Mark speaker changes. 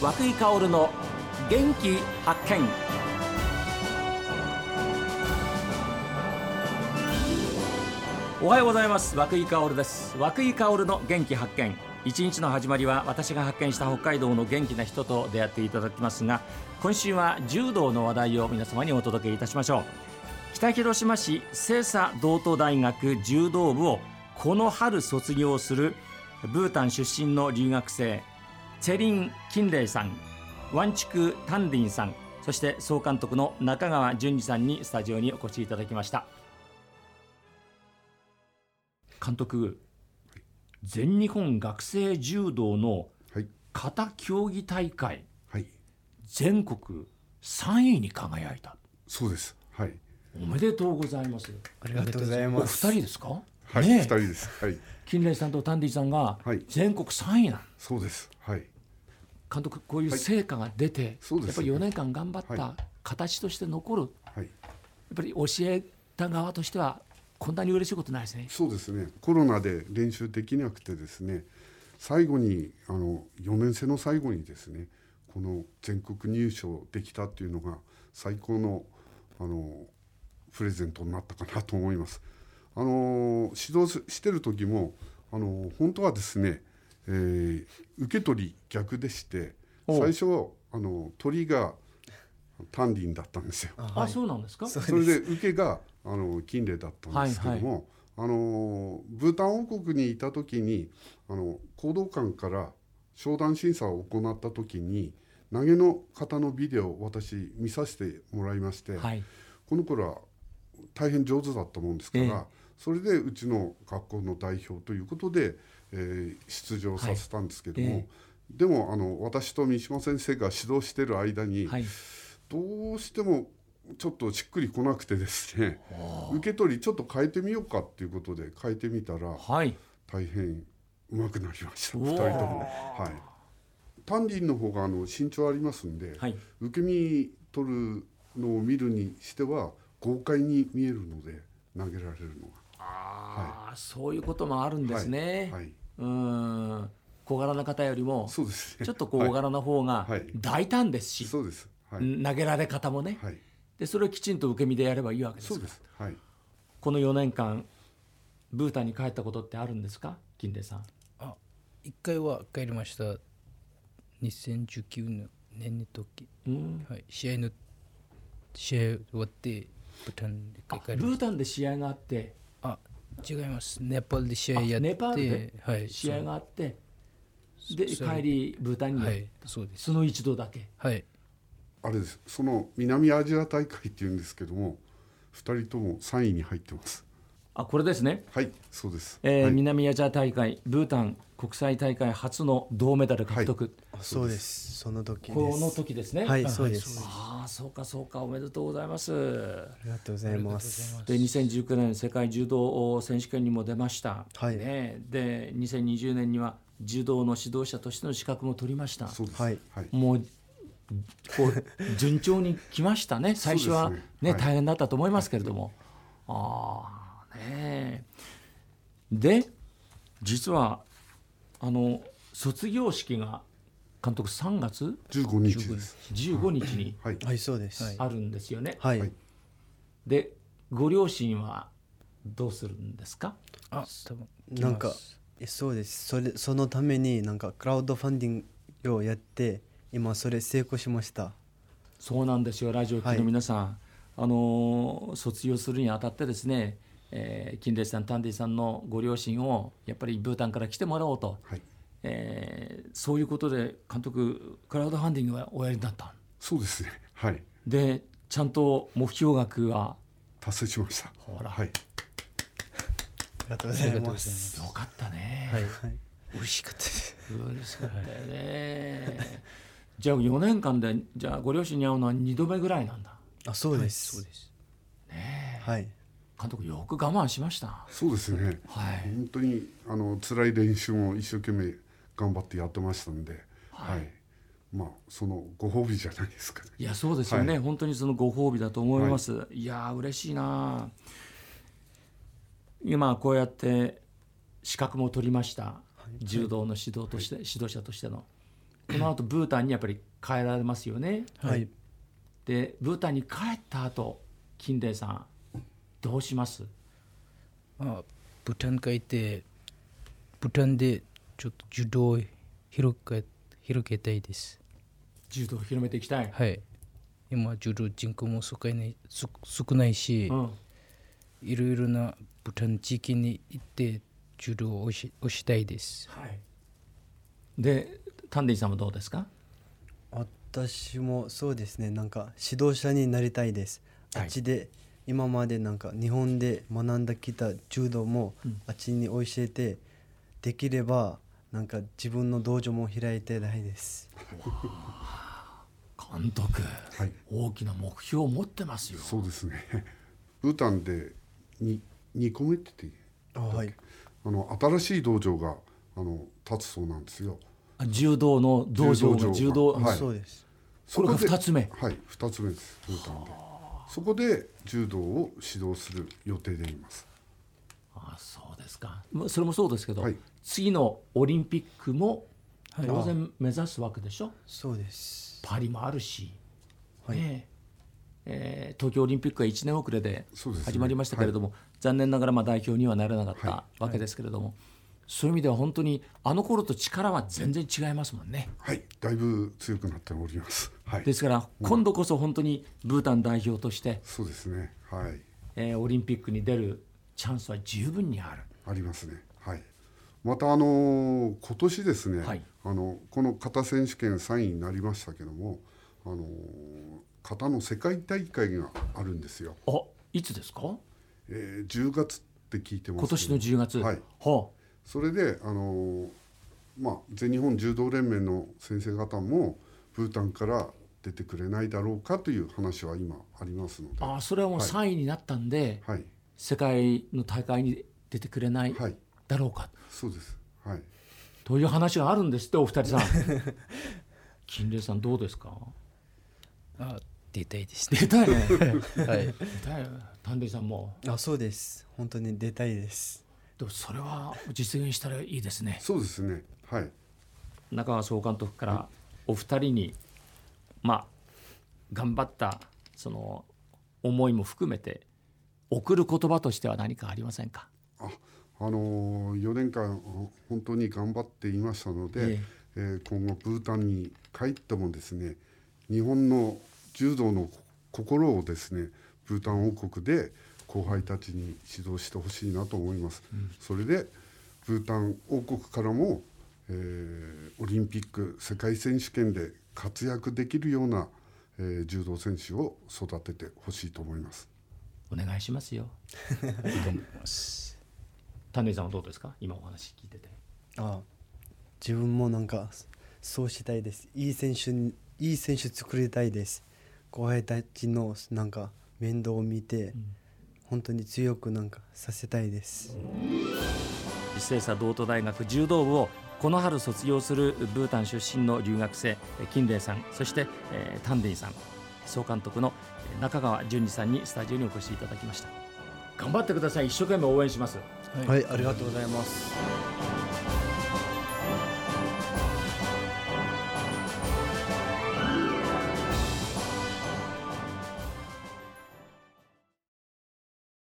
Speaker 1: 和久井薫の元気発見おはようございます和久井薫です和久井薫の元気発見一日の始まりは私が発見した北海道の元気な人と出会っていただきますが今週は柔道の話題を皆様にお届けいたしましょう北広島市清佐道東大学柔道部をこの春卒業するブータン出身の留学生チェリン・キンレイさんワンチク・タンディンさんそして総監督の中川淳二さんにスタジオにお越しいただきました監督全日本学生柔道の
Speaker 2: はい
Speaker 1: 型競技大会
Speaker 2: はい
Speaker 1: 全国3位に輝いた
Speaker 2: そうですはい
Speaker 1: おめでとうございます
Speaker 3: ありがとうござい
Speaker 1: お二
Speaker 3: ます。
Speaker 1: 人ですか
Speaker 2: はい
Speaker 1: ねえ
Speaker 2: 二人ですはい
Speaker 1: 金麗さんとタンディさんが
Speaker 2: はい
Speaker 1: 全国3位なん、
Speaker 2: そうですはい
Speaker 1: 監督こういう成果が出て、
Speaker 2: そうです
Speaker 1: やっぱり4年間頑張っ
Speaker 2: は
Speaker 1: た形として残る、や
Speaker 2: はい
Speaker 1: っぱり教えた側としてはこんなに嬉しいことないですね
Speaker 2: そうですねコロナで練習できなくてですね最後にあの4年生の最後にですねこの全国入賞できたっていうのが最高のあのプレゼントになったかなと思います。あの指導すしてる時もあの本当はですね、えー受け取り逆でして
Speaker 1: おう
Speaker 2: 最初あの鳥が丹林だったんですよ。
Speaker 3: あ
Speaker 1: あ、
Speaker 3: はい
Speaker 1: そうなんですか
Speaker 3: そう
Speaker 2: それで受けがあの金麗だったんですけども、あのブータン王国にいた時にあの行動官から商談審査を行った時に投げの方のビデオを私見させてもらいまして、
Speaker 1: はい
Speaker 2: この頃は大変上手だったもんですから、
Speaker 1: ええ
Speaker 2: それでうちの学校の代表ということで、えー出場させたんですけども、
Speaker 1: はいえ
Speaker 2: でもあの私と三島先生が指導してる間に、
Speaker 1: はい
Speaker 2: どうしてもちょっとしっくりこなくてですね受け取りちょっと変えてみようかっていうことで変えてみたら
Speaker 1: はい
Speaker 2: 大変うまくなりました
Speaker 1: お
Speaker 2: 2
Speaker 1: ー
Speaker 2: 人とも。はい、丹林の方があの身長ありますんで、
Speaker 1: はい
Speaker 2: 受け身取るのを見るにしては豪快に見えるので投げられるの
Speaker 1: ああ、そういうこともあるん
Speaker 2: が。
Speaker 1: ですね、
Speaker 2: はい、はい、
Speaker 1: うーん小柄な方よりも
Speaker 2: そうですね。
Speaker 1: ちょっとこう小柄な方が
Speaker 2: はい
Speaker 1: 大胆ですし、
Speaker 2: そうです。はい、
Speaker 1: 投げられ方もね、
Speaker 2: はい、
Speaker 1: でそれをきちんと受け身でやればいいわけですか
Speaker 2: そ
Speaker 1: ら
Speaker 2: うです。はい。
Speaker 1: この4年間ブータンに帰ったことってあるんですか金麗さん
Speaker 3: あ一回は帰りました。2019年の時、
Speaker 1: うん
Speaker 3: はい、試合の試合終わってブータンで一
Speaker 1: あ
Speaker 3: 回
Speaker 1: ブ
Speaker 3: 帰りまし
Speaker 1: ータンで試合があって
Speaker 3: た。あ違います。ネパールで試合や
Speaker 1: あ
Speaker 3: って、
Speaker 1: ネパールで
Speaker 3: はい
Speaker 1: 試合があってで
Speaker 3: それ
Speaker 1: 帰りブータン
Speaker 3: そう
Speaker 1: に、
Speaker 3: はいそうです。
Speaker 1: その一度だけ
Speaker 3: はい
Speaker 2: あれです。その南アジア大会っていうんですけども、二人とも3位に入ってます。
Speaker 1: あこれですね、
Speaker 2: はい、そうです。
Speaker 1: えー
Speaker 2: はい、
Speaker 1: 南アジア大会ブータン国際大会初の銅メダル獲得、
Speaker 4: そうです。その時です。
Speaker 1: この時ですね、
Speaker 4: はい、そうです。
Speaker 1: ああそうかそうかおめでとうございます
Speaker 4: ありがとうございます。
Speaker 1: で2019年世界柔道選手権にも出ました、
Speaker 4: はい
Speaker 1: ね、で2020年には柔道の指導者としての資格も取りました
Speaker 2: そうです。
Speaker 4: はい
Speaker 2: はい。
Speaker 1: もうこう順調に来ました ね、最初は
Speaker 2: そう
Speaker 1: ね
Speaker 2: ですねはい
Speaker 1: 大変だったと思いますけれども。ああねえで、実はあの卒業式が監督、3月
Speaker 2: 15日です。
Speaker 1: 15日に
Speaker 2: はい。
Speaker 4: はい、そうです。
Speaker 1: あるんですよね。
Speaker 4: はい。
Speaker 2: はい
Speaker 1: で、ご両親はどうするんですか
Speaker 3: あ多分来ます
Speaker 4: なんか、えそうです。それ、そのために、なんかクラウドファンディングをやって、今それ成功しました。
Speaker 1: そうなんですよラジオ聴きの皆さん、あのー卒業するにあたってですね、えー、金麗さん、タンディさんのご両親をやっぱりブータンから来てもらおうと、
Speaker 2: はい。
Speaker 1: えーそういうことで監督、クラウドファンディングはおやりになった
Speaker 2: そうですね。はい。
Speaker 1: で、ちゃんと目標額は
Speaker 2: 達成しました。
Speaker 1: ほら
Speaker 2: はい。
Speaker 4: ありがとうございます。
Speaker 1: よかったね、
Speaker 3: はい
Speaker 4: はい。美味しかったです。
Speaker 1: 嬉しかったよね。 じゃあ4年間でじゃあご両親に会うのは2度目ぐらいなんだ
Speaker 4: あ、そうで
Speaker 3: そう
Speaker 4: す。
Speaker 3: です。
Speaker 4: はい。
Speaker 1: 監督よく我慢しました
Speaker 2: そうですね。
Speaker 1: はい
Speaker 2: 本当にあの辛い練習も一生懸命頑張ってやってましたんで、はい。まあそのご褒美じゃないですかね。
Speaker 1: いやそうですよね、
Speaker 2: はい
Speaker 1: 本当にそのご褒美だと思います、い、やー嬉しいな今こうやって資格も取りました、柔道の指導として、指導者としてのこの後ブータンにやっぱり帰られますよね。
Speaker 4: はい、
Speaker 1: でブータンに帰った後金麗さんどうします
Speaker 3: まあ、ブタン書いて、ブタンでちょっと柔道を広げ広げたいです。
Speaker 1: 柔道を広めていきたい。
Speaker 3: はい。今、柔道人口も少ない少少ないし、
Speaker 1: うん
Speaker 3: いろいろなブタン地域に行って柔道をしをしたいです。
Speaker 1: はい、で丹田井さんもどうですか
Speaker 4: 私もそうですねなんか指導者になりたいです、
Speaker 1: はい
Speaker 4: あっちで今までなんか日本で学んできた柔道もあっちに教えて、できればなんか自分の道場も開いてないです
Speaker 1: 監督、
Speaker 2: はい
Speaker 1: 大きな目標を持ってますよ。
Speaker 2: そうですね ブータンでに2個目って言っていい
Speaker 4: あはい
Speaker 2: あの新しい道場があの立つそうなんですよ
Speaker 1: あ柔道の道場が柔
Speaker 2: 柔
Speaker 1: 道
Speaker 2: 道場がはい
Speaker 4: そうです
Speaker 1: これが
Speaker 2: そで
Speaker 1: 二つ目
Speaker 2: はい2つ目ですブータンでそこで柔道を指導する予定でいます
Speaker 1: あそうですかまそれもそうですけど、
Speaker 2: はい
Speaker 1: 次のオリンピックも
Speaker 3: はい
Speaker 1: 当然目指すわけでしょ、
Speaker 4: そうです
Speaker 1: パリもあるし、
Speaker 4: はい
Speaker 1: ねええー東京オリンピックは1年遅れで
Speaker 2: そうですね
Speaker 1: 始まりましたけれども、残念ながらまあ代表にはなれなかったわけですけれども、そういう意味では本当にあの頃と力は全然違いますもんね。
Speaker 2: はいだいぶ強くなっておりますはい
Speaker 1: ですから今度こそ本当にブータン代表として、
Speaker 2: そうですねはい
Speaker 1: えーオリンピックに出るチャンスは十分にある。
Speaker 2: ありますねはいまたあのー今年ですね、
Speaker 1: はい
Speaker 2: あのこの型選手権3位になりましたけどもあのー型の世界大会があるんですよ、
Speaker 1: あいつですか
Speaker 2: えー10月って聞いてま
Speaker 1: 今
Speaker 2: すけど
Speaker 1: 年の10月、
Speaker 2: はい
Speaker 1: ほう
Speaker 2: それであの、まあ、全日本柔道連盟の先生方もブータンから出てくれないだろうかという話は今ありますので、は
Speaker 1: あそれはもう
Speaker 2: はい
Speaker 1: 3位になったんで、
Speaker 2: い
Speaker 1: 世界の大会に出てくれない
Speaker 2: はい、
Speaker 1: だろうか、
Speaker 2: そうです、はい、
Speaker 1: という話があるんですってお二人さん 金麗さんどうですか
Speaker 3: あ出たいですね。
Speaker 1: 出たいね
Speaker 3: はい。
Speaker 1: 出たい丹田さんも
Speaker 4: あそうです本当に出たいです
Speaker 1: でもそれは実現したらいいですね
Speaker 2: そうですねはい
Speaker 1: 中川総監督からお二人にまあ頑張ったその思いも含めて送る言葉としては何かありませんか
Speaker 2: ああの4年間ほ本当に頑張っていましたので、
Speaker 1: え
Speaker 2: えー今後ブータンに帰ってもですね日本の柔道の心をですねブータン王国で後輩たちに指導してほしいなと思います、それでブータン王国からも、えーオリンピック世界選手権で活躍できるような、えー柔道選手を育ててほしいと思います
Speaker 1: お願いしますよ丹田さんはどうですか今お話聞いてて
Speaker 4: あ自分もなんかそうしたいですいい選手にいい選手作りたいです後輩たちのなんか面倒を見て、本当に強くなんかさせたいです
Speaker 1: 履正社道都大学柔道部をこの春卒業するブータン出身の留学生えー金麗さんそして、えー、丹田井さん総監督のえー中川淳二さんにスタジオにお越しいただきました頑張ってください一生懸命応援します
Speaker 4: はい、ありがとうございます